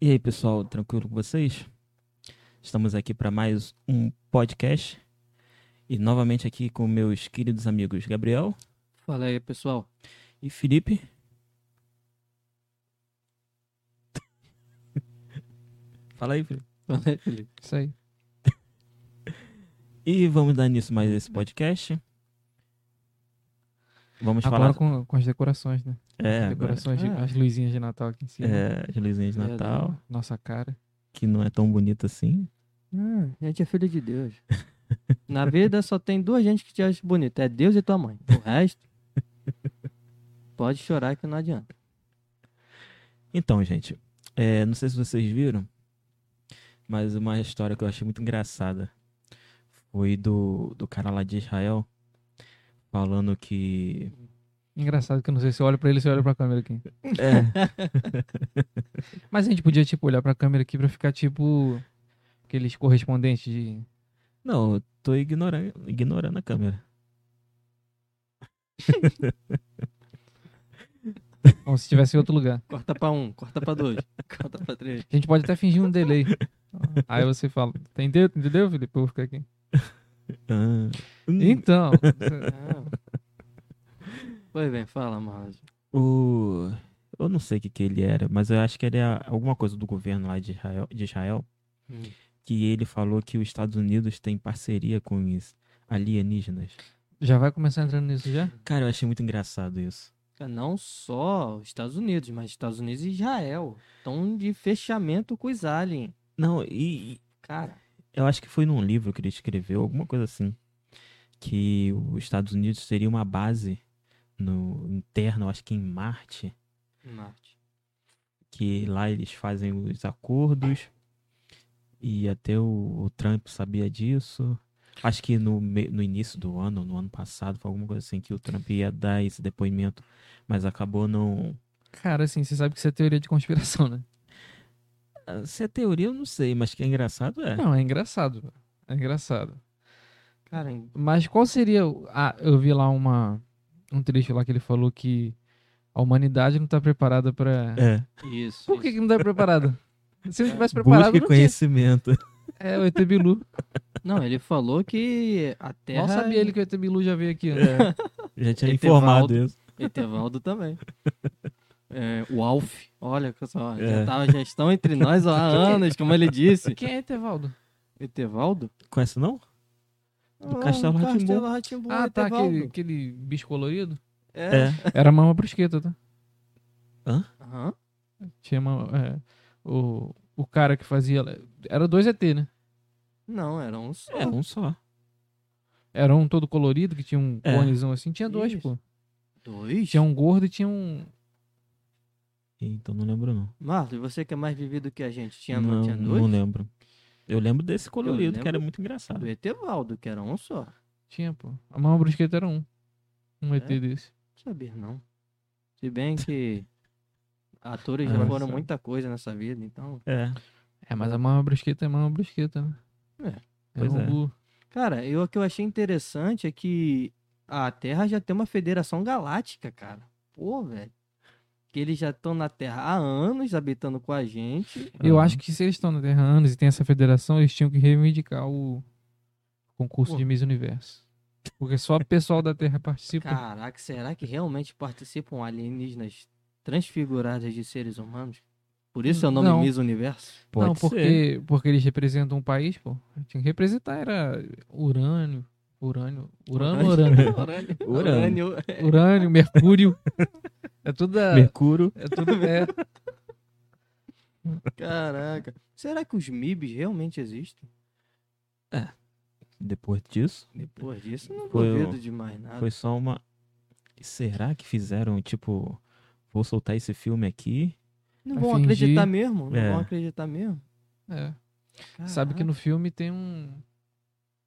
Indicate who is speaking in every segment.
Speaker 1: E aí, pessoal, tranquilo com vocês? Estamos aqui para mais um podcast. E novamente aqui com meus queridos amigos Gabriel
Speaker 2: Fala aí, pessoal.
Speaker 1: e Felipe. Fala aí, Felipe.
Speaker 2: Fala aí, Felipe.
Speaker 3: Isso aí.
Speaker 1: E vamos dar início mais a esse podcast. Vamos
Speaker 3: Agora
Speaker 1: falar
Speaker 3: com, com as decorações, né?
Speaker 1: É,
Speaker 3: as
Speaker 1: agora-
Speaker 3: decorações, de-
Speaker 2: Ah.
Speaker 3: as luzinhas de Natal aqui né? em cima.
Speaker 1: é, as luzinhas de
Speaker 2: Verdade.
Speaker 1: Natal,
Speaker 3: Nossa cara.
Speaker 1: que não é tão bonita assim.
Speaker 2: Hum, gente é filho de Deus. Na vida só tem duas gente que te acha bonita, é Deus e tua mãe. O resto, pode chorar que não adianta.
Speaker 1: Então, gente, é, não sei se vocês viram, mas uma história que eu achei muito engraçada foi do, do cara lá de Israel falando que.
Speaker 3: Engraçado que eu não sei se eu olho pra ele ou se eu olho pra câmera aqui.
Speaker 1: É,
Speaker 3: Mas a gente podia, tipo, olhar pra câmera aqui pra ficar, tipo, aqueles correspondentes de...
Speaker 1: não, eu tô ignorando, ignorando a câmera.
Speaker 3: Como se estivesse em outro lugar.
Speaker 2: Corta pra um, corta pra dois, corta pra três.
Speaker 3: A gente pode até fingir um delay. Aí você fala, entendeu, entendeu, Felipe? Eu vou ficar
Speaker 1: Hum.
Speaker 3: aqui.
Speaker 1: Ah, hum,
Speaker 3: Então,
Speaker 2: Ah. Pois bem, fala, Marlos.
Speaker 1: o, eu não sei o que, que ele era, mas eu acho que ele era alguma coisa do governo lá de Israel, de Israel
Speaker 2: Hum.
Speaker 1: que ele falou que os Estados Unidos têm parceria com os alienígenas.
Speaker 3: já vai começar entrando nisso já?
Speaker 1: Cara, eu achei muito engraçado isso.
Speaker 2: Cara, Não só os Estados Unidos, mas Estados Unidos e Israel. Estão de fechamento com os aliens.
Speaker 1: Não, e,
Speaker 2: Cara,
Speaker 1: eu acho que foi num livro que ele escreveu, alguma coisa assim, que os Estados Unidos teria uma base no interna, eu acho que em Marte,
Speaker 2: Marte.
Speaker 1: que lá eles fazem os acordos e até o, o Trump sabia disso. Acho que no, me- no início do ano, no ano passado, foi alguma coisa assim que o Trump ia dar esse depoimento, mas acabou não.
Speaker 3: Cara, assim, você sabe que isso é teoria de conspiração, né?
Speaker 1: Ah, Se é teoria, eu não sei, mas que é engraçado é.
Speaker 3: Não, é engraçado. pô. É engraçado.
Speaker 2: Cara,
Speaker 3: Mas qual seria. o- Ah, eu vi lá uma, um trecho lá que ele falou que a humanidade não tá preparada pra.
Speaker 1: É,
Speaker 2: isso.
Speaker 3: Por que,
Speaker 2: isso.
Speaker 3: que não tá preparada? Se não tivesse preparado,
Speaker 1: busque
Speaker 3: não tinha.
Speaker 1: conhecimento.
Speaker 3: É, o ET Bilu.
Speaker 2: Não, ele falou que a Terra.
Speaker 3: Mal sabia ele que o ET Bilu já veio aqui. né?
Speaker 1: É. Já tinha
Speaker 2: Etevaldo.
Speaker 1: informado isso.
Speaker 2: Etevaldo também. É, o Alf, olha só,
Speaker 1: É.
Speaker 2: já, tá, já estão entre nós há anos, como ele disse.
Speaker 3: Quem é Etevaldo?
Speaker 2: Etevaldo?
Speaker 1: Conhece não? Do É Castelo Rá-Tim-Bum.
Speaker 2: Ratimbu.
Speaker 3: Ah, tá, aquele, aquele bicho colorido.
Speaker 2: É.
Speaker 1: É.
Speaker 3: Era mama brusqueta, tá?
Speaker 2: Aham.
Speaker 3: Tinha mama, é, o, o cara que fazia. Era dois ET, né?
Speaker 2: Não, era um só.
Speaker 1: É, um só.
Speaker 3: Era um todo colorido que tinha um
Speaker 1: É.
Speaker 3: conezão assim. Tinha dois,
Speaker 2: Isso.
Speaker 3: pô.
Speaker 2: Dois?
Speaker 3: Tinha um gordo e tinha um.
Speaker 1: Então não lembro não.
Speaker 2: Marlos, você que é mais vivido que a gente, tinha,
Speaker 1: não,
Speaker 2: tinha
Speaker 1: não
Speaker 2: dois?
Speaker 1: lembro. Eu lembro desse colorido, que
Speaker 2: lembro.
Speaker 1: era muito
Speaker 2: Do
Speaker 1: engraçado.
Speaker 2: Etevaldo, que era um só. Não
Speaker 3: Tinha, pô. A mama brusqueta era um. Um ET
Speaker 2: É?
Speaker 3: desse.
Speaker 2: sabia, não. Se bem que atores
Speaker 1: Ah,
Speaker 2: já foram
Speaker 3: sabe.
Speaker 2: muita coisa nessa vida, então.
Speaker 1: É.
Speaker 3: É, mas a mama brusqueta é mama brusqueta, né?
Speaker 2: É,
Speaker 1: pois é.
Speaker 3: um-
Speaker 2: Cara, eu, o que eu achei interessante é que a Terra já tem uma federação galáctica, cara. Pô, velho. Que eles já estão na Terra há anos habitando com a gente.
Speaker 3: Eu
Speaker 1: Ah,
Speaker 3: acho que se eles estão na Terra há anos e tem essa federação, eles tinham que reivindicar o concurso
Speaker 2: Pô.
Speaker 3: de Miss Universo. Porque só o pessoal da Terra participa.
Speaker 2: Caraca, será que realmente participam alienígenas transfiguradas de seres humanos? Por isso é o nome
Speaker 3: Não.
Speaker 2: Miss Universo?
Speaker 1: pode
Speaker 3: não,
Speaker 1: ser.
Speaker 3: porque, porque eles representam um país, pô. Tinha que representar, era urânio, urânio, urano, urânio,
Speaker 2: Urânio.
Speaker 1: Urânio.
Speaker 2: Urânio.
Speaker 3: urânio, mercúrio. É tudo, da-
Speaker 1: Mercúrio.
Speaker 3: é tudo, é,
Speaker 2: Caraca. Será que os MIBs realmente existem?
Speaker 1: Depois disso,
Speaker 2: Depois disso, não
Speaker 1: Foi o-
Speaker 2: duvido de mais nada.
Speaker 1: foi só uma. Será que fizeram tipo. Vou soltar esse filme aqui?
Speaker 2: Não vão
Speaker 3: Fingir.
Speaker 2: acreditar mesmo? Não
Speaker 1: É.
Speaker 2: vão acreditar mesmo?
Speaker 3: é. Sabe que
Speaker 2: Caraca.
Speaker 3: no filme tem um.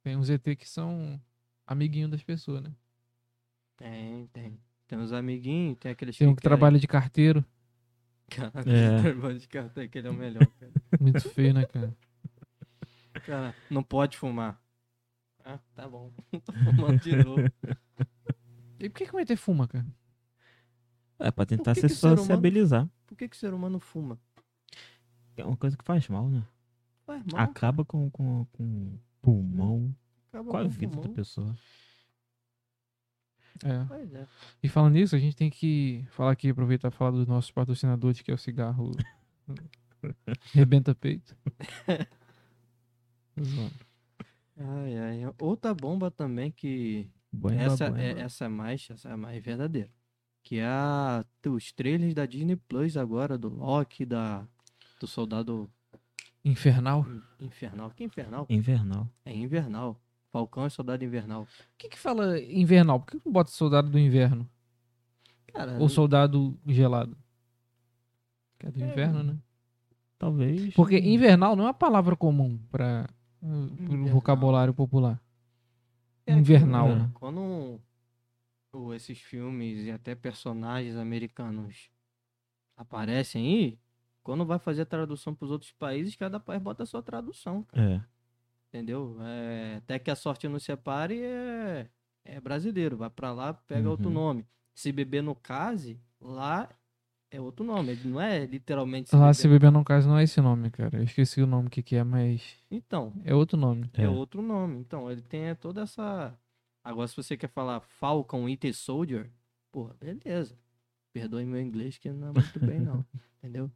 Speaker 3: Tem uns ET que são amiguinho das pessoas, né?
Speaker 2: Tem, tem. Tem os amiguinhos, tem aqueles
Speaker 3: Tem um que
Speaker 2: querem-
Speaker 3: trabalha de carteiro.
Speaker 2: Caraca,
Speaker 1: É.
Speaker 2: que trabalho de carteira, aquele é o melhor, cara.
Speaker 3: Muito feio, né, cara?
Speaker 2: Cara, não pode fumar. Ah, tá bom. Tô fumando de novo.
Speaker 3: E por que, que o ET fuma, cara?
Speaker 1: É, pra tentar
Speaker 2: que
Speaker 1: se
Speaker 2: que o ser humano-
Speaker 1: sociabilizar.
Speaker 2: Por que, que o ser humano fuma?
Speaker 1: É uma coisa que faz mal, né?
Speaker 2: Faz mal,
Speaker 1: Acaba com, com, com pulmão,
Speaker 2: acaba
Speaker 1: com a
Speaker 2: com o
Speaker 1: vida da
Speaker 2: pulmão.
Speaker 1: pessoa.
Speaker 3: É.
Speaker 2: Pois é.
Speaker 3: E falando nisso, a gente tem que falar aqui, aproveitar e falar dos nossos patrocinadores, que é o cigarro Rebenta Peito. Zoando.
Speaker 2: Ai, ai. é Outra bomba também que
Speaker 1: Bueno,
Speaker 2: essa,
Speaker 1: bueno.
Speaker 2: é, essa é mais, essa é mais verdadeira. Que é a, os trailers da Disney Plus agora, do Loki, da, do Soldado
Speaker 3: Infernal.
Speaker 2: Infernal. Que Infernal?
Speaker 1: Invernal.
Speaker 2: É Invernal. Falcão e Soldado Invernal.
Speaker 3: O que que fala invernal? Por que que não bota soldado do inverno?
Speaker 2: Cara,
Speaker 3: Ou soldado gelado? Que é do inverno, né?
Speaker 1: Talvez.
Speaker 3: Porque invernal não é uma palavra comum para o
Speaker 2: Invernal.
Speaker 3: vocabulário popular.
Speaker 2: É aquilo,
Speaker 3: invernal,
Speaker 2: cara,
Speaker 3: né?
Speaker 2: Quando o- esses filmes e até personagens americanos aparecem aí, quando vai fazer a tradução para os outros países, cada país bota a sua tradução, cara,
Speaker 1: É.
Speaker 2: entendeu? É, até que a sorte nos separe é, é brasileiro, vai para lá, pega outro
Speaker 1: Uhum.
Speaker 2: nome. Se beber no case, lá é outro nome, não é literalmente se
Speaker 3: Lá
Speaker 2: beber.
Speaker 3: se beber no caso não é esse nome, cara. Eu esqueci o nome que que é, mas
Speaker 2: Então,
Speaker 3: é outro nome.
Speaker 2: é.
Speaker 1: É.
Speaker 2: outro nome. Então, ele tem toda essa. Agora, se você quer falar Falcon Winter Soldier, porra, beleza. Perdoe meu inglês que não é muito bem, não. Entendeu?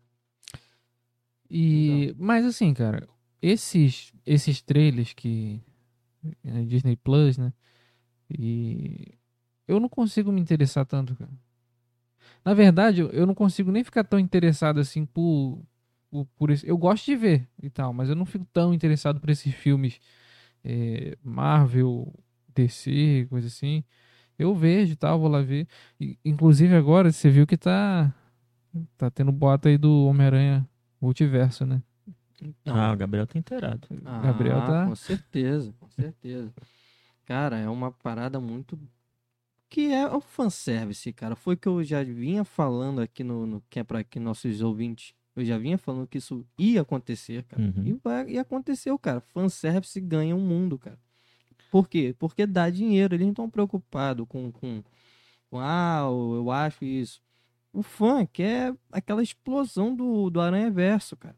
Speaker 3: E mas assim, cara, esses esses trailers que é, Disney Plus, né? E eu não consigo me interessar tanto, cara. Na verdade, eu- eu não consigo nem ficar tão interessado assim por por, por esse, eu gosto de ver e tal, mas eu não fico tão interessado por esses filmes é, Marvel, DC, coisa assim. Eu vejo e tal, vou lá ver. E, inclusive agora você viu que tá tá tendo boato aí do Homem-Aranha Multiverso, né?
Speaker 1: Ah, o Gabriel tá inteirado.
Speaker 3: Gabriel tá.
Speaker 2: Ah, Com certeza, com certeza. Cara, é uma parada muito. Que é o fanservice, cara. Foi o que eu já vinha falando aqui no. no- que é pra aqui nossos ouvintes. Eu já vinha falando que isso ia acontecer, cara.
Speaker 1: Uhum.
Speaker 2: E, vai- e aconteceu, cara. Fanservice ganha o mundo, cara. Por quê? Porque dá dinheiro. Eles não estão preocupados com, com, com. Ah, eu acho isso. O fã quer aquela explosão do, do Aranha Verso, cara.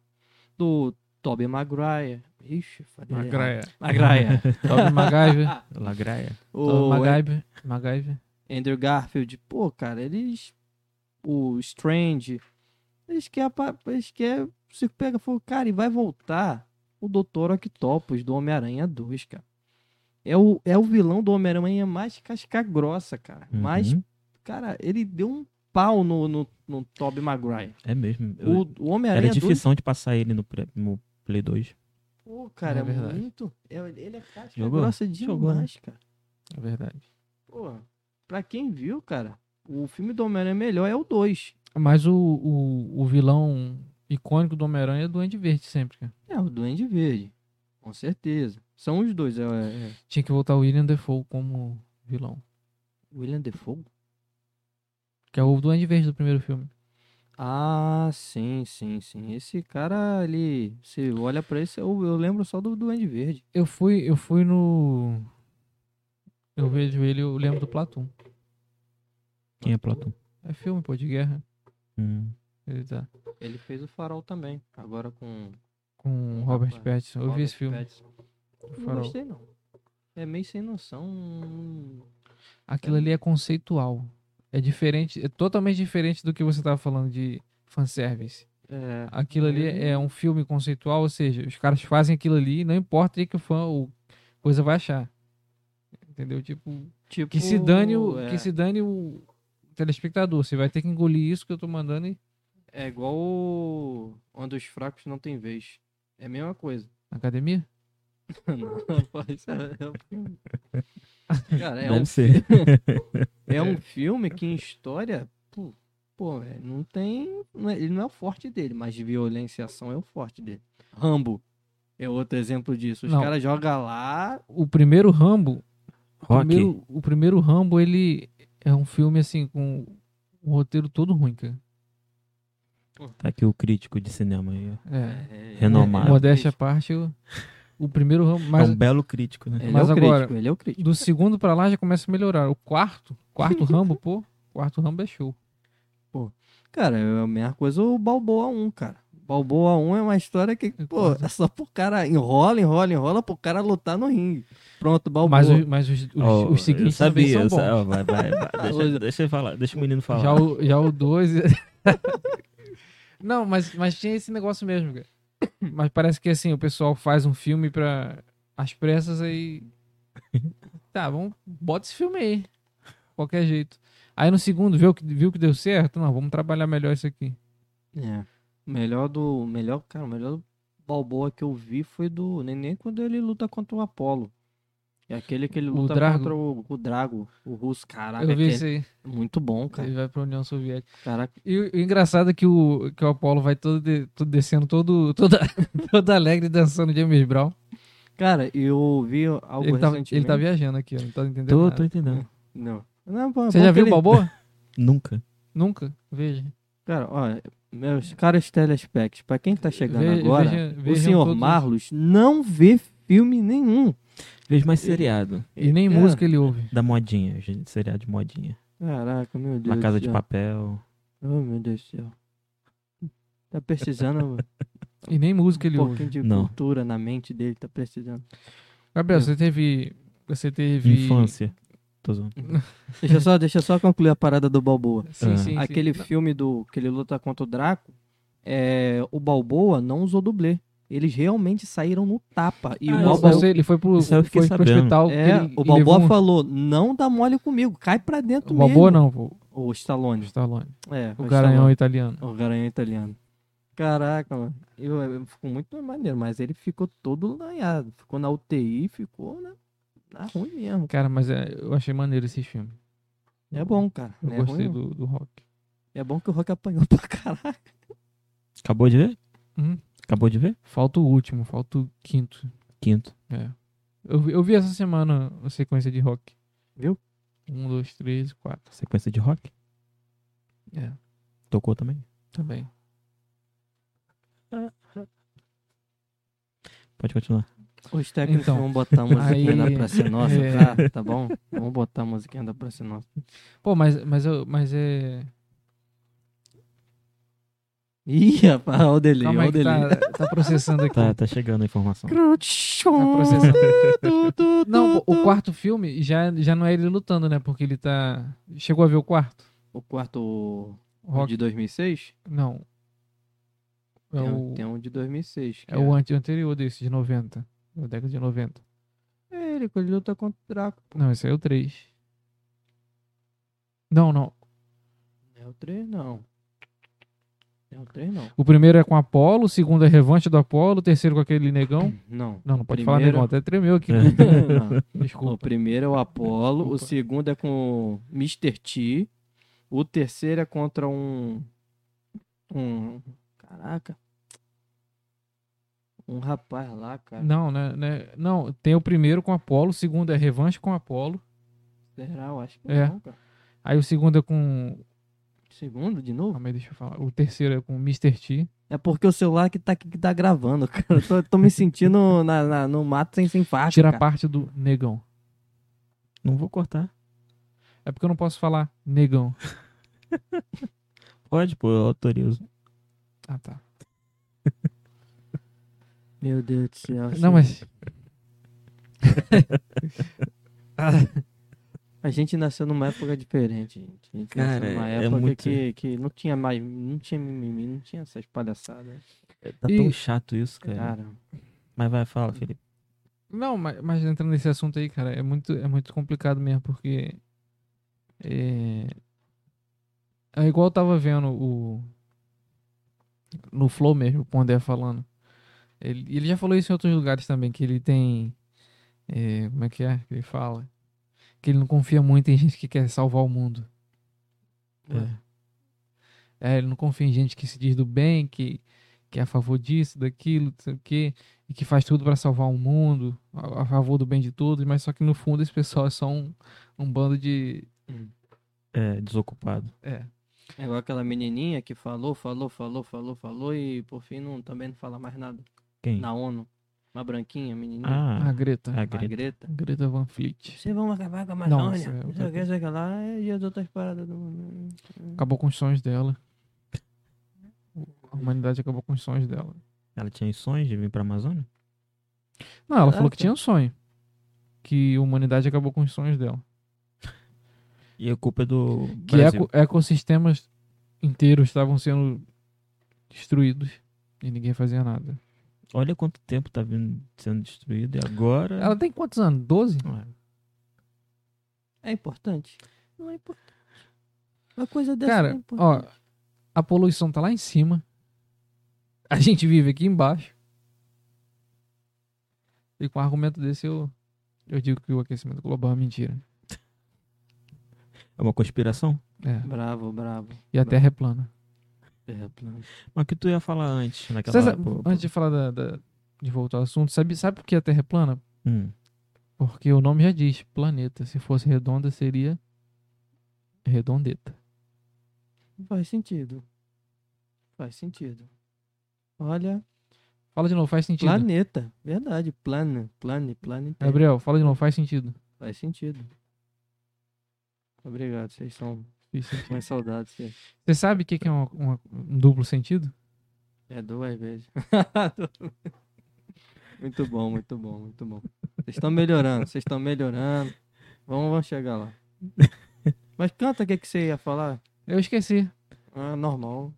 Speaker 2: Do Tobey Maguire. Ixi,
Speaker 3: É.
Speaker 2: falei. errado.
Speaker 3: Magraia.
Speaker 2: Maguire.
Speaker 3: Tobey Maguire.
Speaker 1: Lagraia.
Speaker 3: Tobey
Speaker 2: o
Speaker 3: Maguire. Maguire.
Speaker 2: Andrew Garfield. Pô, cara, eles. O Strange. Eles querem. apa- Eles querem. Se pega e falou, cara, e vai voltar o Dr. Octopus do Homem-Aranha 2, cara. É o, é o vilão do Homem-Aranha mais casca grossa, cara.
Speaker 1: Uhum.
Speaker 2: Mas, cara, ele deu um pau no, no, no Tobey Maguire.
Speaker 1: É mesmo. Eu-
Speaker 2: O, o
Speaker 1: Era
Speaker 2: Homem-Aranha 2,
Speaker 1: difícil de passar ele no, pre- no Play 2.
Speaker 2: pô, cara,
Speaker 3: É
Speaker 2: é,
Speaker 3: verdade.
Speaker 2: muito. é- ele é casca
Speaker 1: Jogou?
Speaker 2: grossa
Speaker 1: Jogou, né?
Speaker 2: demais, cara.
Speaker 3: É verdade.
Speaker 2: Pô, pra quem viu, cara, o filme do Homem-Aranha melhor é o 2.
Speaker 3: Mas o, o, o vilão icônico do Homem-Aranha é o Duende Verde sempre, cara.
Speaker 2: É, o Duende Verde. Com certeza. São os dois. É, é- é
Speaker 3: Tinha que voltar o William Defoe como vilão.
Speaker 2: William Defoe?
Speaker 3: Que é o Duende Verde do primeiro filme.
Speaker 2: Ah, sim, sim, sim. Esse cara, ele. Você olha pra esse, eu, eu lembro só do Duende Verde.
Speaker 3: Eu fui, eu fui no. Eu vejo ele, eu lembro do Platum.
Speaker 1: Quem é Platão?
Speaker 3: É filme, pô, de guerra.
Speaker 1: Hum.
Speaker 3: Ele tá.
Speaker 2: Ele fez o Farol também. Agora com.
Speaker 3: Com o Robert
Speaker 2: Rapaz,
Speaker 3: Pattinson. Eu vi
Speaker 2: Robert
Speaker 3: esse filme.
Speaker 2: Pattinson. Não
Speaker 3: Farol.
Speaker 2: gostei, não. É meio sem noção. hum.
Speaker 3: Aquilo ali é conceitual. É diferente, é totalmente diferente do que você tava falando de fanservice.
Speaker 2: É.
Speaker 3: Aquilo ali
Speaker 2: É.
Speaker 3: é um filme conceitual, ou seja, os caras fazem aquilo ali, não importa o que o fã ou coisa vai achar. Entendeu? Tipo,
Speaker 2: Tipo.
Speaker 3: que se dane o,
Speaker 2: é.
Speaker 3: que se dane o telespectador, você vai ter que engolir isso que eu tô mandando e
Speaker 2: É igual o... Onde os fracos não tem vez. É a mesma coisa.
Speaker 3: na academia?
Speaker 2: Não, rapaz, é- é um filme. Cara, é
Speaker 1: Deve
Speaker 2: um,
Speaker 1: ser.
Speaker 2: é um filme que em história, pô, pô, é, não tem... não é- Ele não é o forte dele, mas de violência e ação é o forte dele. Rambo é outro exemplo disso. Os
Speaker 3: Não.
Speaker 2: caras jogam lá...
Speaker 3: O primeiro Rambo, o
Speaker 1: Rock.
Speaker 3: primeiro, o primeiro Rambo, ele é um filme assim com um roteiro todo ruim, cara.
Speaker 1: Tá aqui o crítico de cinema aí. ó.
Speaker 3: É.
Speaker 2: é,
Speaker 1: Renomado.
Speaker 2: é-
Speaker 3: Modéstia à parte, o, o primeiro Rambo, mas
Speaker 1: É um belo crítico, né?
Speaker 2: Ele
Speaker 3: Mas
Speaker 2: é o
Speaker 3: agora-
Speaker 2: crítico, ele é o crítico.
Speaker 3: do segundo pra lá já começa a melhorar. O quarto, quarto Rambo, pô, quarto Rambo é show.
Speaker 2: Cara, é a mesma coisa o Balboa 1, cara. Balboa 1 é uma história que, pô, é só pro cara enrola, enrola, enrola pro cara lutar no ringue. Pronto, Balboa.
Speaker 3: Mas, o- mas os, os,
Speaker 1: Ó,
Speaker 3: os seguintes
Speaker 1: eu sabia,
Speaker 3: também
Speaker 1: eu
Speaker 3: são
Speaker 1: sa-
Speaker 3: bons.
Speaker 1: ó, vai, vai, vai, deixa, deixa eu falar, deixa o menino falar.
Speaker 3: Já o, já o 12. Não, mas, mas tinha esse negócio mesmo, cara. Mas parece que assim, o pessoal faz um filme pra. As pressas aí. Tá, vamos. Bota esse filme aí. Qualquer jeito. Aí no segundo, viu que, viu que deu certo? Não, vamos trabalhar melhor isso aqui.
Speaker 2: É. Melhor do. Melhor, cara, o melhor Balboa que eu vi foi do. Nem, nem quando ele luta contra o Apollo. É aquele que ele
Speaker 3: O
Speaker 2: luta
Speaker 3: Drago?
Speaker 2: contra o, o Drago, o russo.
Speaker 1: Ah,
Speaker 2: Caraca,
Speaker 1: é
Speaker 3: Eu vi
Speaker 2: aquele-
Speaker 3: isso aí.
Speaker 2: muito bom, cara.
Speaker 3: Ele vai pra União Soviética.
Speaker 2: Caraca,
Speaker 3: E o, o engraçado é que o, que o Apolo vai todo, de- todo descendo, todo, toda, todo alegre dançando James Brown.
Speaker 2: cara, eu vi algo
Speaker 3: Ele tá,
Speaker 2: recentemente.
Speaker 3: ele tá viajando aqui, ó. Não tá entendendo.
Speaker 1: tô,
Speaker 3: nada.
Speaker 1: tô entendendo.
Speaker 2: Não. Não, pô,
Speaker 3: Você
Speaker 2: bom
Speaker 3: já
Speaker 2: que
Speaker 3: viu o
Speaker 2: ele-
Speaker 3: Balboa?
Speaker 1: Nunca.
Speaker 3: Nunca. Veja.
Speaker 2: Cara, olha, meus caros telespects, pra quem tá chegando
Speaker 3: Ve-
Speaker 2: agora,
Speaker 3: veja- um
Speaker 2: o
Speaker 3: vejam
Speaker 2: senhor
Speaker 3: todos.
Speaker 2: Marlos não vê filme nenhum.
Speaker 1: Vejo mais seriado,
Speaker 3: E nem
Speaker 2: É.
Speaker 3: música ele ouve.
Speaker 1: da modinha, gente, seriado de modinha.
Speaker 2: Caraca, meu Deus.
Speaker 1: Na
Speaker 2: do
Speaker 1: Casa de
Speaker 2: céu.
Speaker 1: Papel.
Speaker 2: Oh, meu Deus do céu. Tá precisando
Speaker 3: E nem música
Speaker 2: um
Speaker 3: ele ouve.
Speaker 2: pouquinho de
Speaker 1: Não.
Speaker 2: cultura na mente dele, tá precisando. É.
Speaker 3: Gabriel, você teve. Você teve.
Speaker 1: Infância. Tô zoando.
Speaker 3: Hum.
Speaker 2: Deixa eu só, deixa eu só concluir a parada do Balboa.
Speaker 3: Sim,
Speaker 1: Ah.
Speaker 3: sim, sim.
Speaker 2: É. Aquele
Speaker 3: Não,
Speaker 2: filme do que ele luta contra o Draco, é, o Balboa não usou dublê. Eles realmente saíram no tapa. E
Speaker 1: Ah,
Speaker 2: o
Speaker 1: eu-
Speaker 3: não,
Speaker 2: Balboa,
Speaker 3: você- ele foi pro,
Speaker 1: Isso aí eu fiquei
Speaker 3: foi pro
Speaker 1: sabendo.
Speaker 3: hospital.
Speaker 2: é,
Speaker 3: que ele
Speaker 2: o Balboa
Speaker 3: levou um-
Speaker 2: falou, não dá mole comigo, cai pra dentro
Speaker 3: O Balboa
Speaker 2: mesmo.
Speaker 3: não, pô.
Speaker 2: O
Speaker 3: O
Speaker 2: Stallone.
Speaker 3: Stallone.
Speaker 2: É,
Speaker 3: O
Speaker 2: Stallone.
Speaker 3: garanhão italiano.
Speaker 2: O garanhão italiano. Caraca, mano. Eu, eu ficou muito maneiro, mas ele ficou todo lanhado. Ficou na UTI, ficou na, na ruim mesmo.
Speaker 3: Cara, mas é, eu achei maneiro esse filme.
Speaker 2: É bom, cara.
Speaker 3: Eu
Speaker 2: Não é, ruim,
Speaker 3: gostei
Speaker 2: não.
Speaker 3: do, do rock.
Speaker 2: é bom que o Rock apanhou pra caralho.
Speaker 1: Acabou de ver?
Speaker 3: Hum.
Speaker 1: Acabou de ver?
Speaker 3: Falta o último, falta o quinto.
Speaker 1: Quinto.
Speaker 3: É. Eu, vi- eu vi essa semana a sequência de rock.
Speaker 2: Viu?
Speaker 3: Um, dois, três, quatro.
Speaker 1: Sequência de rock.
Speaker 3: É, tá
Speaker 1: Tocou também.
Speaker 3: também.
Speaker 1: Pode continuar.
Speaker 2: Os técnicos
Speaker 3: Então,
Speaker 2: vão botar a musiquinha
Speaker 3: aí-
Speaker 2: da Praça Nossa,
Speaker 3: é.
Speaker 2: tá? Tá bom? Vamos botar a musiquinha da Praça Nossa.
Speaker 3: Pô, mas, mas, eu, mas é.
Speaker 2: Ih, rapaz, olha o delay,
Speaker 3: Calma
Speaker 2: olha
Speaker 3: aí
Speaker 2: o
Speaker 3: que
Speaker 2: delay.
Speaker 3: tá, tá processando aqui.
Speaker 1: Tá, tá chegando a informação.
Speaker 3: Tá processando. não, o quarto filme já, já não é ele lutando, né? Porque ele tá. Chegou a ver o quarto?
Speaker 2: O quarto
Speaker 3: O Rock?
Speaker 2: de 2006?
Speaker 3: Não. É
Speaker 2: Tem, um-
Speaker 3: o,
Speaker 2: tem um de 2006. que
Speaker 3: é o ante- anterior desse, de 90. Da década de 90.
Speaker 2: É ele, quando ele luta contra o Draco.
Speaker 3: Não, esse aí é o 3. Não, não.
Speaker 2: É o 3, não. É o 3, não.
Speaker 3: O primeiro é com Apolo, o segundo é revanche do Apolo, o terceiro com aquele negão.
Speaker 2: Não.
Speaker 3: Não, não pode falar
Speaker 2: Primeiro-
Speaker 3: negão, até tremeu aqui. né?
Speaker 2: Não. O
Speaker 3: Desculpa.
Speaker 2: primeiro é o Apollo, o
Speaker 3: Desculpa.
Speaker 2: segundo é com o Mr. T, o terceiro é contra um. Um. Caraca. Um rapaz lá, cara.
Speaker 3: Não, né, né- Não, tem o primeiro com Apolo, o segundo é revanche com Apolo.
Speaker 2: Será? Eu acho que
Speaker 3: É.
Speaker 2: não, cara.
Speaker 3: Aí o segundo é com.
Speaker 2: Segundo, de novo?
Speaker 3: Calma aí, deixa eu falar. O terceiro é com o Mr. T.
Speaker 2: É porque o celular que tá aqui que tá gravando, cara. Eu tô, tô me sentindo na, na- no mato sem, sem faixa.
Speaker 3: Tira a
Speaker 2: cara.
Speaker 3: parte do negão.
Speaker 1: Não vou cortar.
Speaker 3: É porque eu não posso falar negão.
Speaker 1: Pode, pô, eu autorizo.
Speaker 3: Ah, tá.
Speaker 2: Meu Deus do céu.
Speaker 3: Não, mas.
Speaker 2: A gente nasceu numa época diferente, gente. A gente
Speaker 1: Cara,
Speaker 2: nasceu numa
Speaker 1: é
Speaker 2: época
Speaker 1: muito-
Speaker 2: que, que não tinha mais, não tinha mimimi, não tinha essas palhaçadas.
Speaker 1: Tá
Speaker 3: E- Ah.
Speaker 1: tão chato isso, cara.
Speaker 2: Cara,
Speaker 1: Mas vai, fala, Felipe.
Speaker 3: Não, mas, mas entrando nesse assunto aí, cara, é muito, é muito complicado mesmo, porque. É, é igual eu tava vendo o. No Flow mesmo, o Pondé falando. Ele, ele já falou isso em outros lugares também, que ele tem. é, como é que é que ele fala? Que ele não confia muito em gente que quer salvar o mundo.
Speaker 1: É.
Speaker 3: É, ele não confia em gente que se diz do bem, que, que é a favor disso, daquilo, não sei o quê, e que faz tudo pra salvar o mundo, a, a favor do bem de todos, mas só que no fundo esse pessoal é só um, um bando de.
Speaker 1: É, desocupado.
Speaker 3: É.
Speaker 2: é igual aquela menininha que falou, falou, falou, falou, falou e por fim não, também não fala mais nada.
Speaker 1: Quem?
Speaker 2: Na ONU, uma branquinha, menininha,
Speaker 3: A
Speaker 1: Ah,
Speaker 3: Greta.
Speaker 1: a
Speaker 2: a
Speaker 1: Greta.
Speaker 2: Greta.
Speaker 3: Greta Van Fleet.
Speaker 2: Vocês vão acabar com a
Speaker 3: Não,
Speaker 2: Amazônia,
Speaker 3: essa é
Speaker 2: não
Speaker 3: outra
Speaker 2: sei o que, não sei o que lá, e as outras paradas do mundo.
Speaker 3: Acabou com os sonhos dela. a humanidade acabou com os sonhos dela.
Speaker 1: Ela tinha sonhos de vir pra Amazônia?
Speaker 3: Não, ela
Speaker 2: Ah,
Speaker 3: falou que
Speaker 2: tá.
Speaker 3: tinha um sonho. Que a humanidade acabou com os sonhos dela.
Speaker 1: E a culpa é do
Speaker 3: Que
Speaker 1: Brasil.
Speaker 3: eco- ecossistemas inteiros estavam sendo destruídos e ninguém fazia nada.
Speaker 1: Olha quanto tempo tá vindo, sendo destruído e agora...
Speaker 3: Ela tem quantos anos? 12?
Speaker 1: Ué,
Speaker 2: É importante? Não é importante. Uma coisa dessa não é
Speaker 3: Cara, ó,
Speaker 2: importante.
Speaker 3: a poluição tá lá em cima. A gente vive aqui embaixo. E com um argumento desse eu, eu digo que o aquecimento global é mentira.
Speaker 1: É uma conspiração?
Speaker 3: É.
Speaker 2: Bravo, bravo.
Speaker 3: E a Terra é plana.
Speaker 2: Terra plana.
Speaker 1: Mas o que tu ia falar antes? Naquela
Speaker 3: César,
Speaker 1: pô- pô-
Speaker 3: antes de falar da, da- de voltar ao assunto, sabe, sabe por que a Terra é plana?
Speaker 1: Hum.
Speaker 3: Porque o nome já diz, planeta. Se fosse redonda, seria redondeta.
Speaker 2: Faz sentido. Faz sentido. Olha,
Speaker 3: Fala de novo, faz sentido.
Speaker 2: planeta. Verdade. Plana, plane, planeta.
Speaker 3: Gabriel, fala de novo, faz sentido.
Speaker 2: Faz sentido. Obrigado, vocês são
Speaker 3: Fez sentido.
Speaker 2: mais saudados. que-
Speaker 3: Você sabe o que que é uma- uma- um duplo sentido?
Speaker 2: É duas vezes. muito bom, muito bom, muito bom. Vocês estão melhorando, vocês estão melhorando. Vamos, vamos chegar lá. Mas canta o que, que você ia falar.
Speaker 3: Eu esqueci.
Speaker 2: Ah, normal.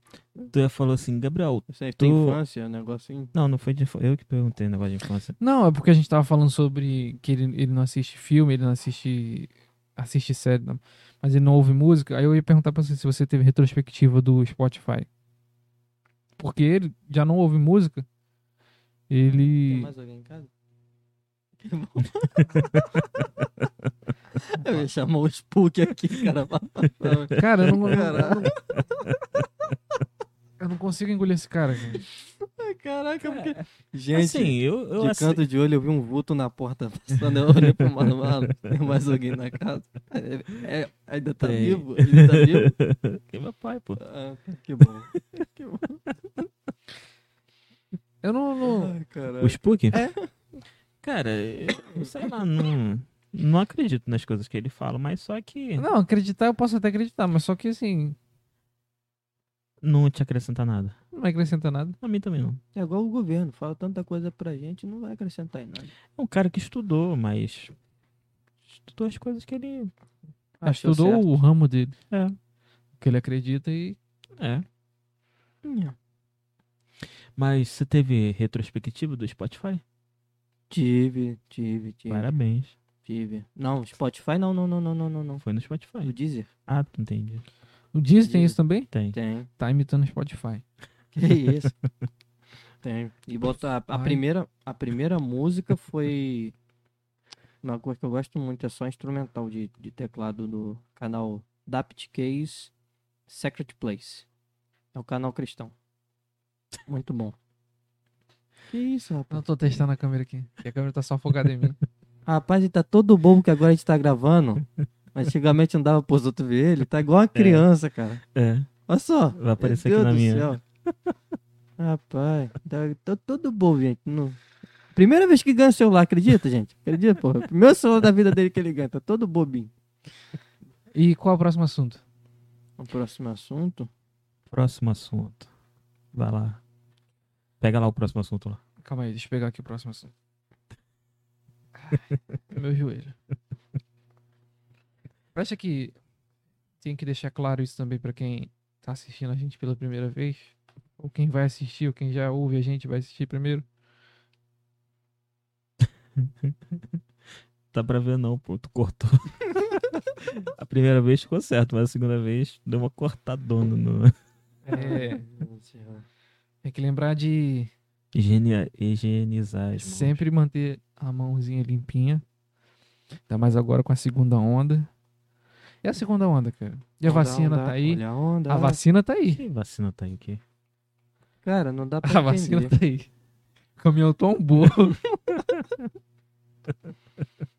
Speaker 1: Tu ia falar assim, Gabriel...
Speaker 2: Isso aí
Speaker 1: Tu-
Speaker 2: tem infância, um negocinho.
Speaker 1: Não, não foi de... infância. eu que perguntei o negócio de infância.
Speaker 3: Não, é porque a gente tava falando sobre que ele, ele não assiste filme, ele não assiste. assiste série, não. mas ele não ouve música. Aí eu ia perguntar pra você se você teve retrospectiva do Spotify. Porque ele já não ouve música.
Speaker 2: Tem
Speaker 3: Ele.
Speaker 2: mais alguém em casa? Eu ia chamar o Spook aqui, cara.
Speaker 3: Cara, eu não,
Speaker 2: um.
Speaker 3: eu não-
Speaker 2: Caralho.
Speaker 3: eu não consigo engolir esse cara, cara.
Speaker 2: É, Caraca, porque... Gente,
Speaker 1: assim, eu... eu
Speaker 2: de
Speaker 1: assim-
Speaker 2: canto de olho eu vi um vulto na porta passando. Eu olhei pro mano, mano, tem mais alguém na casa? É, é- ainda tá
Speaker 1: Tem.
Speaker 2: vivo? Ele tá vivo?
Speaker 1: Que meu pai, pô.
Speaker 2: Ah, que bom.
Speaker 3: Eu não. não-
Speaker 2: Ai,
Speaker 1: O
Speaker 2: caralho.
Speaker 1: Spook? Cara, eu sei lá, não, não acredito nas coisas que ele fala, mas só que não,
Speaker 3: Não, acreditar eu posso até acreditar, mas só que assim.
Speaker 1: te acrescenta nada.
Speaker 3: Não acrescenta nada.
Speaker 1: A mim também não.
Speaker 2: É igual o governo, fala tanta coisa pra gente, não vai acrescentar em nada.
Speaker 1: É um cara que estudou, mas estudou as coisas que ele...
Speaker 2: Achou
Speaker 3: estudou
Speaker 2: certo.
Speaker 3: o ramo dele.
Speaker 1: É.
Speaker 3: O que ele acredita e
Speaker 1: É. Mas você teve retrospectiva do Spotify?
Speaker 2: Tive, tive, tive,
Speaker 1: Parabéns.
Speaker 2: tive. Não, Spotify não, não, não, não, não, não, não.
Speaker 1: Foi no
Speaker 2: O
Speaker 1: Spotify.
Speaker 2: Deezer?
Speaker 1: Ah, tu entendi.
Speaker 3: O Disney tem
Speaker 2: Deezer.
Speaker 3: isso também?
Speaker 1: Tem.
Speaker 2: Tem.
Speaker 3: Tá imitando o Spotify.
Speaker 2: Que isso? Tipo, Tem. E bota a, a
Speaker 3: Ai.
Speaker 2: primeira, a primeira música foi uma coisa que eu gosto muito, é só instrumental de, de teclado do canal Dapt Case Secret Place. É o canal cristão. Muito bom. Que isso,
Speaker 3: Não
Speaker 2: rapaz?
Speaker 3: tô testando a câmera aqui. E a câmera tá só focada em mim.
Speaker 2: Rapaz, ele tá todo bobo que agora a gente tá gravando. Antigamente não dava pros outros ver ele. Tá igual uma criança, cara.
Speaker 1: É,
Speaker 2: Olha só.
Speaker 1: vai aparecer
Speaker 2: Meu
Speaker 1: aqui na
Speaker 2: Deus do
Speaker 1: minha.
Speaker 2: céu. Rapaz, tá, tô todo bom, gente. Não- Primeira vez que ganha celular, acredita, gente? Acredita, porra. Primeiro celular da vida dele que ele ganha, tá todo bobinho.
Speaker 3: E qual é o próximo assunto?
Speaker 2: O próximo assunto.
Speaker 1: Próximo assunto. Vai lá. Pega lá o próximo assunto lá.
Speaker 3: Calma aí, deixa eu pegar aqui o próximo assunto. Ai, Meu joelho. Acha que tem que deixar claro isso também pra quem tá assistindo a gente pela primeira vez? Ou quem vai assistir, ou quem já ouve a gente vai assistir primeiro?
Speaker 1: Tá pra ver não, pô. Tu cortou. a primeira vez ficou certo, mas a segunda vez deu uma cortadona no...
Speaker 3: É,
Speaker 2: Meu Deus do céu.
Speaker 3: tem É que lembrar de
Speaker 1: Higienia- higienizar as mãos.
Speaker 3: Sempre manter a mãozinha limpinha. Ainda mais agora com a segunda onda. É a segunda onda, cara. E a
Speaker 2: Onda,
Speaker 3: vacina
Speaker 2: onda,
Speaker 3: tá aí.
Speaker 2: Olha a onda.
Speaker 3: A vacina tá aí.
Speaker 1: Que vacina tá aí o quê?
Speaker 2: Cara, não dá pra
Speaker 3: A vacina
Speaker 2: entender.
Speaker 3: tá aí. Caminhão tombou.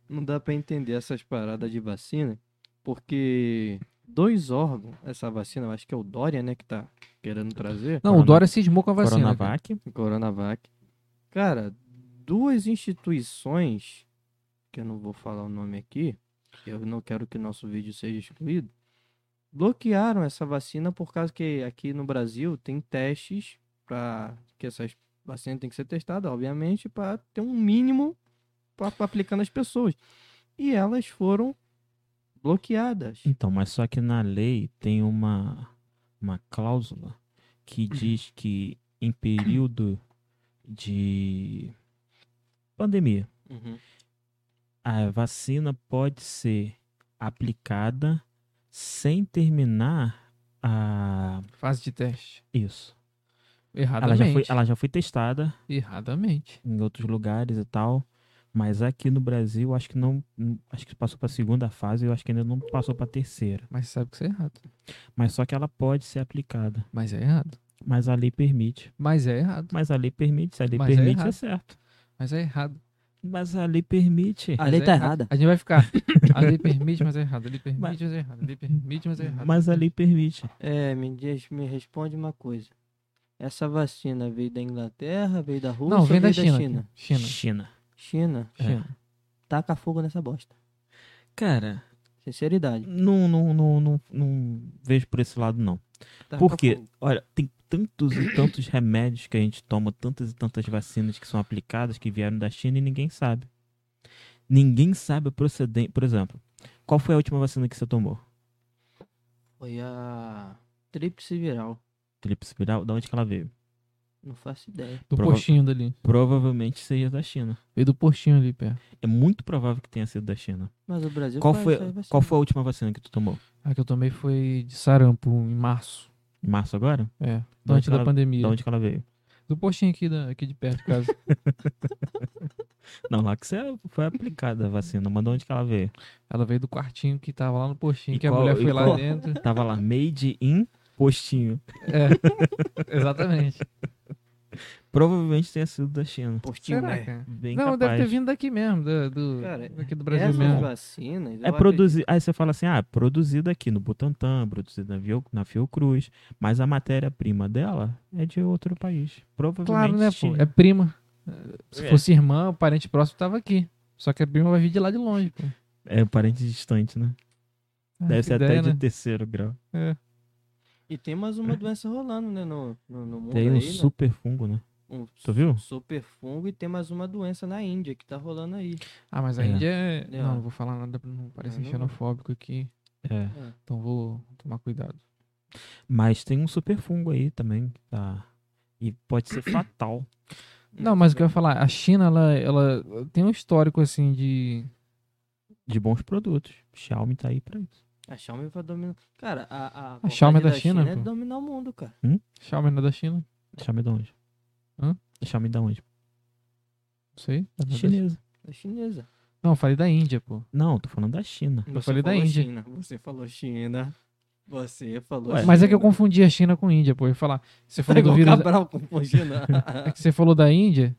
Speaker 2: Não dá pra entender essas paradas de vacina, porque dois órgãos, essa vacina, eu acho que é o Dória, né, que tá querendo trazer.
Speaker 3: Não, o
Speaker 1: Corona-
Speaker 3: Dória cismou com a vacina. cara.
Speaker 1: Coronavac?
Speaker 2: Coronavac. Cara, duas instituições, que eu não vou falar o nome aqui, que eu não quero que nosso vídeo seja excluído, bloquearam essa vacina por causa que aqui no Brasil tem testes para que essas vacinas tem que ser testada, obviamente, para ter um mínimo para aplicar nas pessoas. E elas foram bloqueadas.
Speaker 1: Então, mas só que na lei tem uma, uma cláusula que diz que em período de pandemia,
Speaker 2: Uhum.
Speaker 1: a vacina pode ser aplicada sem terminar a
Speaker 3: Fase de teste.
Speaker 1: isso. Ela
Speaker 3: Erradamente.
Speaker 1: já, foi, ela já foi testada
Speaker 3: Erradamente.
Speaker 1: em outros lugares e tal, mas aqui no Brasil acho que não, acho que passou para segunda fase, eu acho que ainda não passou para terceira.
Speaker 3: Mas sabe que isso é errado.
Speaker 1: Mas só que ela pode ser aplicada,
Speaker 3: Mas é errado.
Speaker 1: mas a lei permite.
Speaker 3: Mas é errado.
Speaker 1: Mas a lei permite, se a lei
Speaker 3: Mas é
Speaker 1: permite é,
Speaker 3: errado.
Speaker 1: certo.
Speaker 3: Mas é errado.
Speaker 1: Mas a lei permite.
Speaker 2: A
Speaker 3: Mas
Speaker 2: lei
Speaker 3: é
Speaker 2: tá
Speaker 3: errado.
Speaker 2: errada.
Speaker 3: A gente vai ficar. A lei permite, mas é errado. A lei permite,
Speaker 1: Mas-
Speaker 3: mas, é errado. A lei permite, mas é errado.
Speaker 1: Mas a lei permite.
Speaker 2: É, me, diz, me responde uma coisa. Essa vacina veio da Inglaterra, veio da Rússia,
Speaker 3: Não, vem
Speaker 2: veio
Speaker 3: da China.
Speaker 2: China?
Speaker 3: cara. China.
Speaker 1: China.
Speaker 2: China,
Speaker 1: É.
Speaker 3: China.
Speaker 2: taca fogo nessa bosta.
Speaker 1: Cara,
Speaker 2: Sinceridade.
Speaker 1: não, não, não, não, não vejo por esse lado, não.
Speaker 2: Taca
Speaker 1: Porque,
Speaker 2: fogo.
Speaker 1: olha, tem tantos e tantos remédios que a gente toma, tantas e tantas vacinas que são aplicadas, que vieram da China e ninguém sabe. Ninguém sabe a procedência. Por exemplo, qual foi a última vacina que você tomou?
Speaker 2: Foi a tríplice viral.
Speaker 1: Tríplice viral? Da onde que ela veio?
Speaker 2: Não faço ideia.
Speaker 3: Do
Speaker 1: Prova-
Speaker 3: postinho dali.
Speaker 1: Provavelmente seja da China.
Speaker 3: Veio do postinho ali, pé.
Speaker 1: É muito provável que tenha sido da China.
Speaker 2: Mas o Brasil
Speaker 1: Qual
Speaker 2: faz
Speaker 1: foi,
Speaker 2: essas vacinas.
Speaker 1: qual foi a última vacina que tu tomou?
Speaker 3: A que eu tomei foi de sarampo, em março.
Speaker 1: Em março agora?
Speaker 3: É.
Speaker 1: Da
Speaker 3: antes
Speaker 1: onde
Speaker 3: da
Speaker 1: ela-
Speaker 3: pandemia.
Speaker 1: Da onde que ela veio?
Speaker 3: Do postinho aqui, da, aqui de perto de casa.
Speaker 1: Não, lá que você foi aplicada a vacina, mas de onde que ela veio?
Speaker 3: Ela veio do quartinho que tava lá no postinho,
Speaker 1: E
Speaker 3: que
Speaker 1: qual-
Speaker 3: a mulher
Speaker 1: e
Speaker 3: foi lá
Speaker 1: qual-
Speaker 3: dentro.
Speaker 1: Tava lá, made in postinho.
Speaker 3: É. Exatamente.
Speaker 1: Provavelmente tenha sido da China.
Speaker 2: Postinho,
Speaker 3: Será, é?
Speaker 2: né?
Speaker 3: cara?
Speaker 1: Bem
Speaker 3: Não,
Speaker 1: capaz.
Speaker 3: deve ter vindo daqui mesmo, do, do-
Speaker 2: Cara,
Speaker 3: daqui do Brasil
Speaker 2: Essas
Speaker 3: mesmo.
Speaker 2: vacinas... eu
Speaker 1: É
Speaker 2: acredito-
Speaker 1: produzir. Aí você fala assim: ah, produzida aqui no Butantã, produzida na, Vio- na Fiocruz, mas a matéria-prima dela é de outro país. Provavelmente.
Speaker 3: Claro, né, pô?
Speaker 1: China.
Speaker 3: É prima. Se
Speaker 1: É.
Speaker 3: fosse irmã, o parente próximo tava aqui. Só que a prima vai vir de lá de longe, pô.
Speaker 1: É parente distante, né?
Speaker 3: Ah,
Speaker 1: Deve
Speaker 3: que
Speaker 1: ser
Speaker 3: ideia,
Speaker 1: até de
Speaker 3: né?
Speaker 1: terceiro grau.
Speaker 2: E tem mais
Speaker 3: É.
Speaker 2: uma doença rolando, né, no, no, no mundo
Speaker 1: Tem
Speaker 2: aí,
Speaker 1: um
Speaker 2: né?
Speaker 1: super fungo, né?
Speaker 2: Um
Speaker 1: Tu viu?
Speaker 2: super fungo e tem mais uma doença na Índia que tá rolando aí.
Speaker 3: Ah, mas a
Speaker 1: É.
Speaker 3: Índia é...
Speaker 2: É.
Speaker 3: Não, não vou falar nada pra não parecer
Speaker 2: Ah, não.
Speaker 3: xenofóbico aqui.
Speaker 1: É.
Speaker 2: É.
Speaker 3: Então vou tomar cuidado.
Speaker 1: Mas tem um super fungo aí também. que Tá? E pode ser fatal.
Speaker 3: Não, mas o que eu ia falar, a China, ela, ela tem um histórico, assim, de...
Speaker 1: De bons produtos. Xiaomi tá aí pra isso.
Speaker 2: A Xiaomi vai dominar. Cara, a, a,
Speaker 3: A Xiaomi é
Speaker 2: vontade
Speaker 3: da China,
Speaker 2: é
Speaker 3: pô.
Speaker 2: dominar o mundo, cara.
Speaker 3: Xiaomi não é da China?
Speaker 1: Xiaomi da onde?
Speaker 3: Hã?
Speaker 1: Xiaomi da onde?
Speaker 3: Não sei. É da-
Speaker 1: Chinesa.
Speaker 2: É chinesa.
Speaker 3: Não, eu falei da Índia, pô.
Speaker 1: Não, tô falando da China.
Speaker 2: Eu
Speaker 3: falei da Índia.
Speaker 2: China. Você falou China. Você falou
Speaker 1: Ué,
Speaker 2: China.
Speaker 3: Mas é que eu confundi a China com a Índia, pô. Eu ia falar. Você
Speaker 2: Tá
Speaker 3: falou do
Speaker 2: igual
Speaker 3: vírus.
Speaker 2: Cabral com China.
Speaker 3: É que você falou da Índia,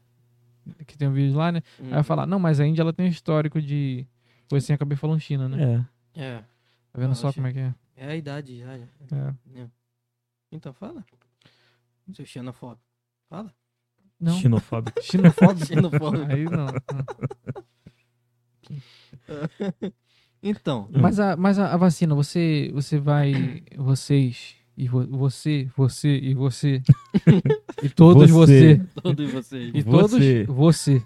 Speaker 3: que tem um vídeo lá, né? Aí eu ia falar, não, mas a Índia ela tem um histórico de. Pois assim, eu acabei falando China, né?
Speaker 1: É.
Speaker 2: é.
Speaker 3: Tá vendo
Speaker 2: Ah,
Speaker 3: só como é que é?
Speaker 2: É a idade já. já.
Speaker 3: É.
Speaker 2: Então fala. Seu xenofóbico. Fala.
Speaker 3: Não.
Speaker 1: Xenofóbico.
Speaker 3: Xenofóbico.
Speaker 2: Xenofóbico.
Speaker 3: Aí não. não.
Speaker 2: Então,
Speaker 3: Mas, a, mas a, a vacina, você, você vai. Vocês. E vo- você, você e você. E todos
Speaker 1: Você.
Speaker 3: você.
Speaker 2: todos vocês.
Speaker 3: E todos
Speaker 1: Você.
Speaker 3: você.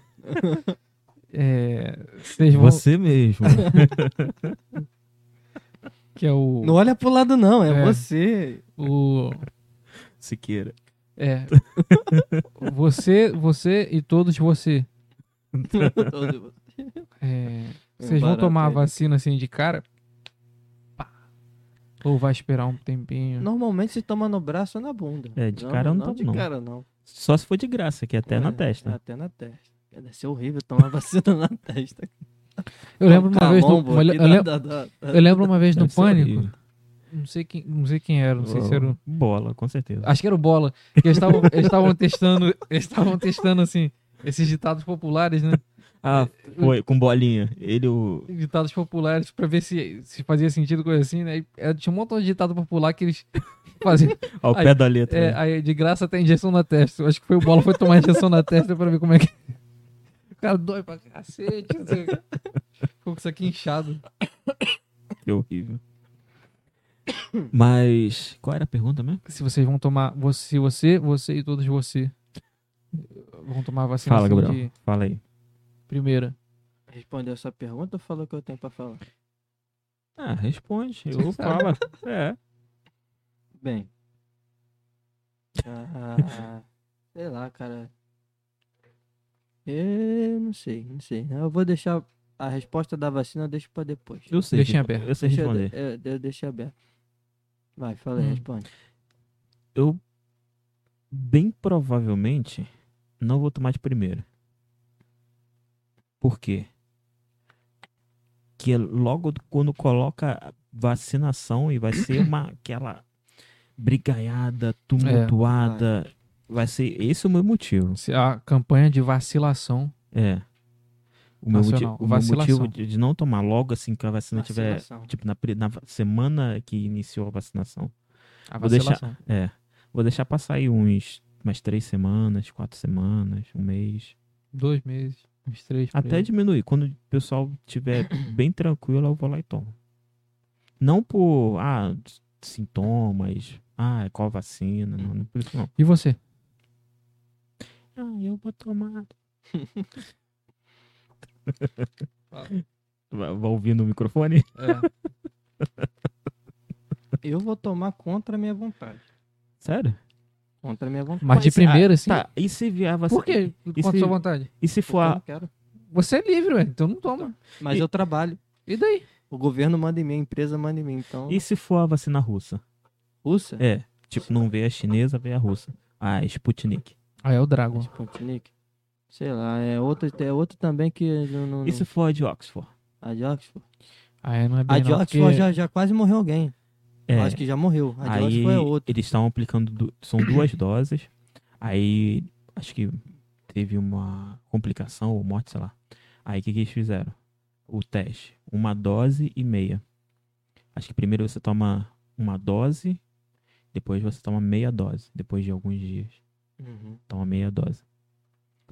Speaker 3: É, vocês vão.
Speaker 1: Você mesmo.
Speaker 3: Que é o.
Speaker 2: Não olha pro lado, não. É,
Speaker 3: É.
Speaker 2: você.
Speaker 3: o
Speaker 1: Siqueira.
Speaker 3: É. você, você e todos você.
Speaker 2: Todos vocês.
Speaker 3: É,
Speaker 2: É
Speaker 3: vocês vão
Speaker 2: barato,
Speaker 3: tomar a
Speaker 2: é.
Speaker 3: vacina assim de cara? Pá. Ou vai esperar um tempinho?
Speaker 2: Normalmente se toma no braço ou na bunda.
Speaker 1: É, de cara eu não
Speaker 2: não
Speaker 1: tomo,
Speaker 2: de
Speaker 1: não.
Speaker 2: cara não.
Speaker 1: Só se for de graça, que é até na
Speaker 2: É,
Speaker 1: testa.
Speaker 2: Até na testa. Cara, Deve ser horrível tomar vacina na testa.
Speaker 3: Eu lembro uma vez no,
Speaker 2: Camombo
Speaker 3: eu,
Speaker 2: tá aqui
Speaker 3: eu lem-
Speaker 2: da- da- da-
Speaker 3: eu lembro uma vez no
Speaker 1: Deve ser
Speaker 3: pânico.
Speaker 1: horrível.
Speaker 3: Não sei quem, não sei quem era, não sei se era. o-
Speaker 1: Bola, com certeza.
Speaker 3: Acho que era o Bola. Que eles estavam eles estavam testando, eles estavam testando assim esses ditados populares, né?
Speaker 1: Ah, foi, com bolinha. Ele, o...
Speaker 3: ditados populares pra ver se, se fazia sentido, coisa assim, né? E, é, tinha um montão de ditado popular que eles faziam.
Speaker 1: ao
Speaker 3: Aí,
Speaker 1: pé da letra.
Speaker 3: É,
Speaker 1: né?
Speaker 3: aí de graça até injeção na testa. Eu acho que foi o Bola foi tomar injeção na testa pra ver como é que. O cara dói pra cacete. não sei o quê. Ficou com isso aqui inchado.
Speaker 1: Que horrível. Mas qual era a pergunta mesmo?
Speaker 3: Se vocês vão tomar. Você, você, você e todos você vão tomar a vacina.
Speaker 1: Fala,
Speaker 3: assim
Speaker 1: Gabriel.
Speaker 3: de
Speaker 1: Fala aí.
Speaker 3: primeira.
Speaker 2: Respondeu essa pergunta ou falou o que eu tenho pra falar?
Speaker 1: Ah, responde. Eu falo. É.
Speaker 2: Bem. Ah, sei lá, cara. Eu não sei, não sei. Eu vou deixar a resposta da vacina, eu deixo pra depois.
Speaker 1: Eu sei.
Speaker 3: Deixa em
Speaker 1: responder.
Speaker 3: aberto.
Speaker 1: Eu sei
Speaker 2: Deixa eu-
Speaker 1: responder.
Speaker 2: Eu, eu deixo aberto. Vai, fala aí,
Speaker 3: Hum.
Speaker 2: responde.
Speaker 1: Eu bem provavelmente não vou tomar de primeira. Por quê? Que é logo quando coloca vacinação e vai ser uma aquela brigaiada, tumultuada. Vai ser esse é o meu motivo.
Speaker 3: Se A campanha de vacilação.
Speaker 1: É. O meu,
Speaker 3: Nacional.
Speaker 1: motivo, o meu
Speaker 3: Vacilação.
Speaker 1: motivo de de não tomar logo assim que a vacina tiver.
Speaker 2: Vacinação.
Speaker 1: Tipo, na, pri- na va- semana que iniciou a vacinação.
Speaker 3: A
Speaker 1: Vou deixar-
Speaker 3: vacilação.
Speaker 1: É. Vou deixar passar aí uns. Umas três semanas, quatro semanas, um mês.
Speaker 3: Dois meses, uns três. por
Speaker 1: Até
Speaker 3: aí.
Speaker 1: diminuir. Quando o pessoal tiver bem tranquilo, eu vou lá e tomo. Não por. Ah, s- sintomas. Ah, qual vacina? Não, não por isso não.
Speaker 3: E você?
Speaker 1: Ah, eu vou tomar. Vai vai ouvindo o microfone?
Speaker 3: É.
Speaker 2: Eu vou tomar contra a minha vontade.
Speaker 1: Sério?
Speaker 2: Contra a minha vontade.
Speaker 3: Mas de
Speaker 1: Mas,
Speaker 3: primeira, assim.
Speaker 1: Tá, e se vier vacina?
Speaker 3: Por quê? Contra
Speaker 1: se-
Speaker 3: sua vontade.
Speaker 1: E se for
Speaker 2: Eu
Speaker 1: a...
Speaker 2: não quero.
Speaker 3: Você é livre, ué, então não toma.
Speaker 2: Mas
Speaker 1: E-
Speaker 2: eu trabalho.
Speaker 3: E daí?
Speaker 2: O governo manda em mim, a empresa manda em mim. Então,
Speaker 1: e se for a vacina russa?
Speaker 2: Rússia?
Speaker 1: É, tipo, não vê a chinesa, vê a russa. A Sputnik.
Speaker 3: Ah, é o Dragon.
Speaker 2: Sputnik. Tipo, um Sei lá, é outra, é outra também que. Não, não,
Speaker 1: E se for a de Oxford?
Speaker 2: A de Oxford.
Speaker 3: Ah, é, não é
Speaker 2: A
Speaker 3: bem
Speaker 2: de
Speaker 3: não,
Speaker 2: Oxford
Speaker 3: porque-
Speaker 2: já, já quase morreu alguém.
Speaker 1: É,
Speaker 2: Eu acho que já morreu. A de
Speaker 1: aí
Speaker 2: Oxford é outra.
Speaker 1: eles estavam aplicando, du- são duas doses. Aí, acho que teve uma complicação ou morte, sei lá. Aí, o que, que eles fizeram? O teste. Uma dose e meia. Acho que primeiro você toma uma dose, depois você toma meia dose, depois de alguns dias.
Speaker 2: Uhum.
Speaker 1: Toma meia dose.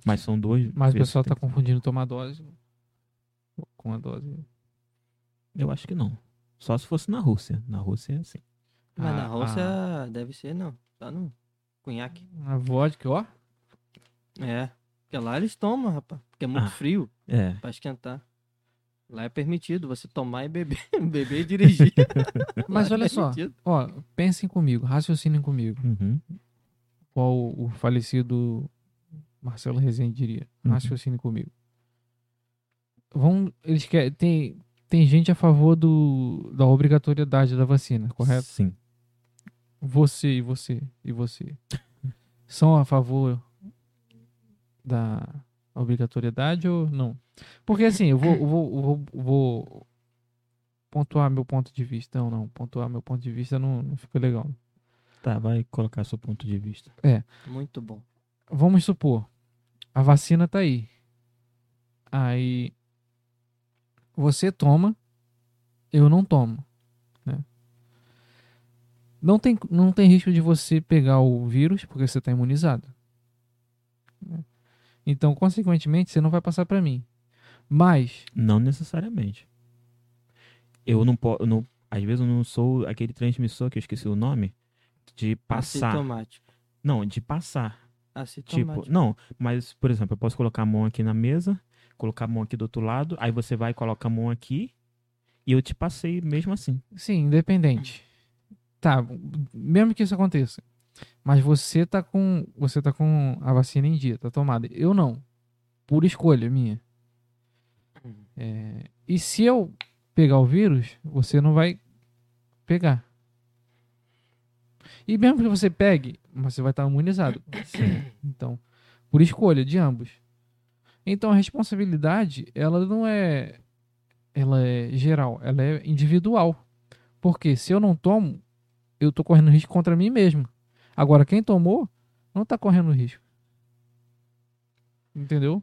Speaker 1: Mas são dois.
Speaker 3: Mas o pessoal tá confundindo tomar dose com a dose.
Speaker 1: Eu acho que não. Só se fosse na Rússia. Na Rússia é assim.
Speaker 2: Mas na
Speaker 3: Ah,
Speaker 2: Rússia deve ser, não. Tá no cunhaque.
Speaker 3: A vodka, ó.
Speaker 2: É. Porque lá eles tomam, rapaz. Porque é muito
Speaker 1: Ah.
Speaker 2: frio
Speaker 1: É.
Speaker 2: pra esquentar. Lá é permitido você tomar e beber. beber e dirigir.
Speaker 3: Mas
Speaker 2: Lá é
Speaker 3: olha só,
Speaker 2: permitido.
Speaker 3: ó, pensem comigo, raciocinem comigo.
Speaker 1: Uhum.
Speaker 3: Qual o falecido Marcelo Rezende diria?
Speaker 1: Uhum.
Speaker 3: Raciocinem comigo. Vão, eles querem, tem, tem gente a favor do, da obrigatoriedade da vacina, correto?
Speaker 1: Sim.
Speaker 3: você e você e você são a favor da obrigatoriedade ou não? Porque assim, eu vou, eu vou, eu vou, eu vou pontuar meu ponto de vista ou não. Pontuar meu ponto de vista não, não fica legal.
Speaker 1: Tá, vai colocar seu ponto de vista.
Speaker 2: Muito bom.
Speaker 3: Vamos supor, a vacina tá aí. Aí você toma, eu não tomo. né? Não, tem, não tem risco de você pegar o vírus porque você está imunizado. né? Então, consequentemente, você não vai passar para mim. Mas,
Speaker 1: Não necessariamente. Eu não posso. Não, às vezes eu não sou aquele transmissor que eu esqueci o nome. De passar.
Speaker 2: Assintomático.
Speaker 1: Não, de passar.
Speaker 2: Assintomático.
Speaker 1: Tipo, não, mas, por exemplo, eu posso colocar a mão aqui na mesa, colocar a mão aqui do outro lado, aí você vai e coloca a mão aqui, e eu te passei mesmo assim.
Speaker 3: sim, independente. Tá, mesmo que isso aconteça. Mas você tá com, você tá com a vacina em dia, tá tomada. Eu não. Por escolha minha.
Speaker 2: Uhum.
Speaker 3: É, e se eu pegar o vírus, você não vai pegar. E mesmo que você pegue, você vai estar imunizado. Então, por escolha de ambos. Então a responsabilidade, ela não é ela é geral, ela é individual. Porque se eu não tomo, eu tô correndo risco contra mim mesmo. Agora quem tomou não tá correndo risco. Entendeu?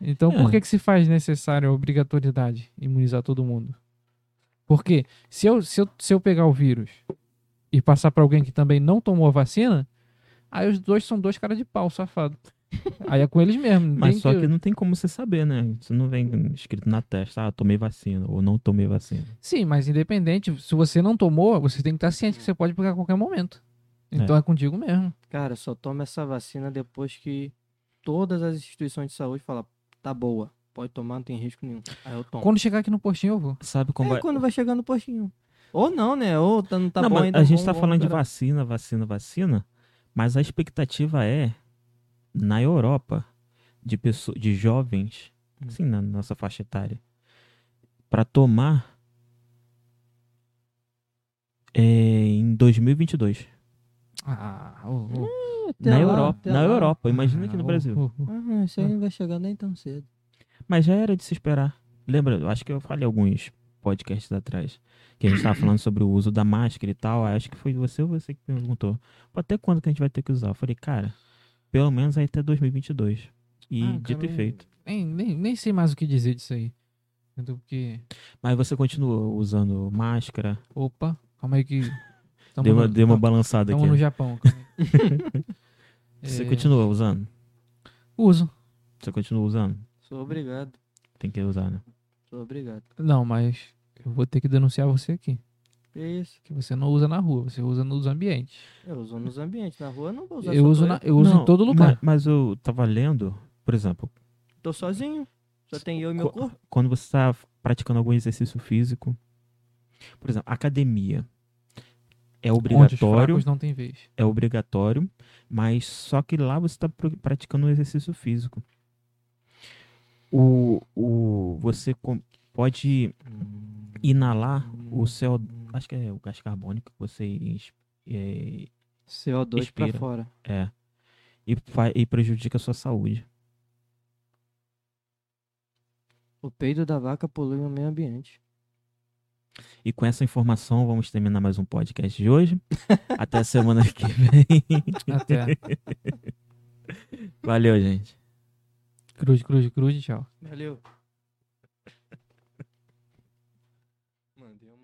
Speaker 3: Então
Speaker 1: É.
Speaker 3: por que que se faz necessária a obrigatoriedade imunizar todo mundo? Porque se eu, se eu, se eu pegar o vírus e passar para alguém que também não tomou a vacina, aí os dois são dois caras de pau, safado. Aí é com eles mesmo. não
Speaker 1: Mas
Speaker 3: tem
Speaker 1: só que... não tem como você saber, né? Isso não vem escrito na testa, ah, tomei vacina ou não tomei vacina.
Speaker 3: Sim, mas independente, se você não tomou, você tem que estar ciente que você pode pegar a qualquer momento. Então é, contigo mesmo.
Speaker 2: Cara, só toma essa vacina depois que todas as instituições de saúde falam, tá boa, pode tomar, não tem risco nenhum. Aí eu tomo.
Speaker 3: Quando chegar aqui no postinho, eu vou.
Speaker 1: Sabe como
Speaker 2: É
Speaker 1: é?
Speaker 2: quando vai chegando no postinho. Ou não, né? Ou tá, não tá
Speaker 1: não,
Speaker 2: bom
Speaker 1: mas
Speaker 2: ainda.
Speaker 1: a gente
Speaker 2: vamos-
Speaker 1: tá
Speaker 2: vamos
Speaker 1: falando de
Speaker 2: esperar.
Speaker 1: vacina, vacina, vacina, mas a expectativa é na Europa de pessoas, de jovens,
Speaker 2: Hum.
Speaker 1: assim, na nossa faixa etária, para tomar é, em 2022
Speaker 3: Ah, ô, ô.
Speaker 2: Até
Speaker 1: na
Speaker 2: lá,
Speaker 1: Europa,
Speaker 2: até
Speaker 1: na
Speaker 2: lá.
Speaker 1: Europa. Imagina aqui no
Speaker 3: Ah, ô,
Speaker 1: Brasil.
Speaker 3: ô, ô.
Speaker 2: Ah, isso aí não vai chegar nem tão cedo.
Speaker 1: Mas já era de se esperar. Lembra, eu acho que eu falei alguns podcasts atrás, que a gente tava falando sobre o uso da máscara e tal. Aí Acho que foi você ou você que perguntou. "Pô, Até quando que a gente vai ter que usar? Eu falei, cara, pelo menos aí até 2022. E
Speaker 3: Ah,
Speaker 1: dito
Speaker 3: cara,
Speaker 1: e feito.
Speaker 3: Nem, nem, nem sei mais o que dizer disso aí. Entendeu? Porque.
Speaker 1: Mas você continua usando máscara.
Speaker 3: Opa, calma aí que. Tamo
Speaker 1: deu uma,
Speaker 3: no-
Speaker 1: deu uma
Speaker 3: tamo-
Speaker 1: balançada
Speaker 3: tamo
Speaker 1: aqui.
Speaker 3: no Japão. calma aí.
Speaker 1: Você
Speaker 3: É,
Speaker 1: continua usando?
Speaker 3: Uso.
Speaker 1: Você continua usando?
Speaker 2: Sou obrigado.
Speaker 1: Tem que usar, né?
Speaker 2: Sou obrigado.
Speaker 3: Não, mas eu vou ter que denunciar você aqui.
Speaker 2: Que isso?
Speaker 3: Que você não usa na rua, você usa nos ambientes.
Speaker 2: Eu uso nos ambientes. Na rua eu não vou usar
Speaker 3: Eu
Speaker 2: só
Speaker 3: uso,
Speaker 2: tô-
Speaker 3: na- eu uso
Speaker 1: Não, é
Speaker 3: em todo
Speaker 1: ma-
Speaker 3: lugar.
Speaker 1: Mas, eu tava lendo, por exemplo,
Speaker 2: Tô sozinho. Só tem eu e meu
Speaker 1: Co-
Speaker 2: corpo.
Speaker 1: quando você está praticando algum exercício físico, por exemplo, academia é
Speaker 3: Onde os
Speaker 1: obrigatório,
Speaker 3: fracos não tem vez.
Speaker 1: é obrigatório, mas só que lá você está praticando um exercício físico. O, o você com- pode Hum. inalar o CO, acho que é o gás carbônico que você ins- é,
Speaker 2: CO2
Speaker 1: Respira.
Speaker 2: pra fora.
Speaker 1: é, e, fa- e prejudica a sua saúde.
Speaker 2: O peido da vaca polui o meio ambiente.
Speaker 1: E com essa informação, vamos terminar mais um podcast de hoje. Até a semana que vem.
Speaker 3: Até.
Speaker 1: Valeu, gente.
Speaker 3: Cruz, cruz, cruz, tchau.
Speaker 2: Valeu. Mandei uma...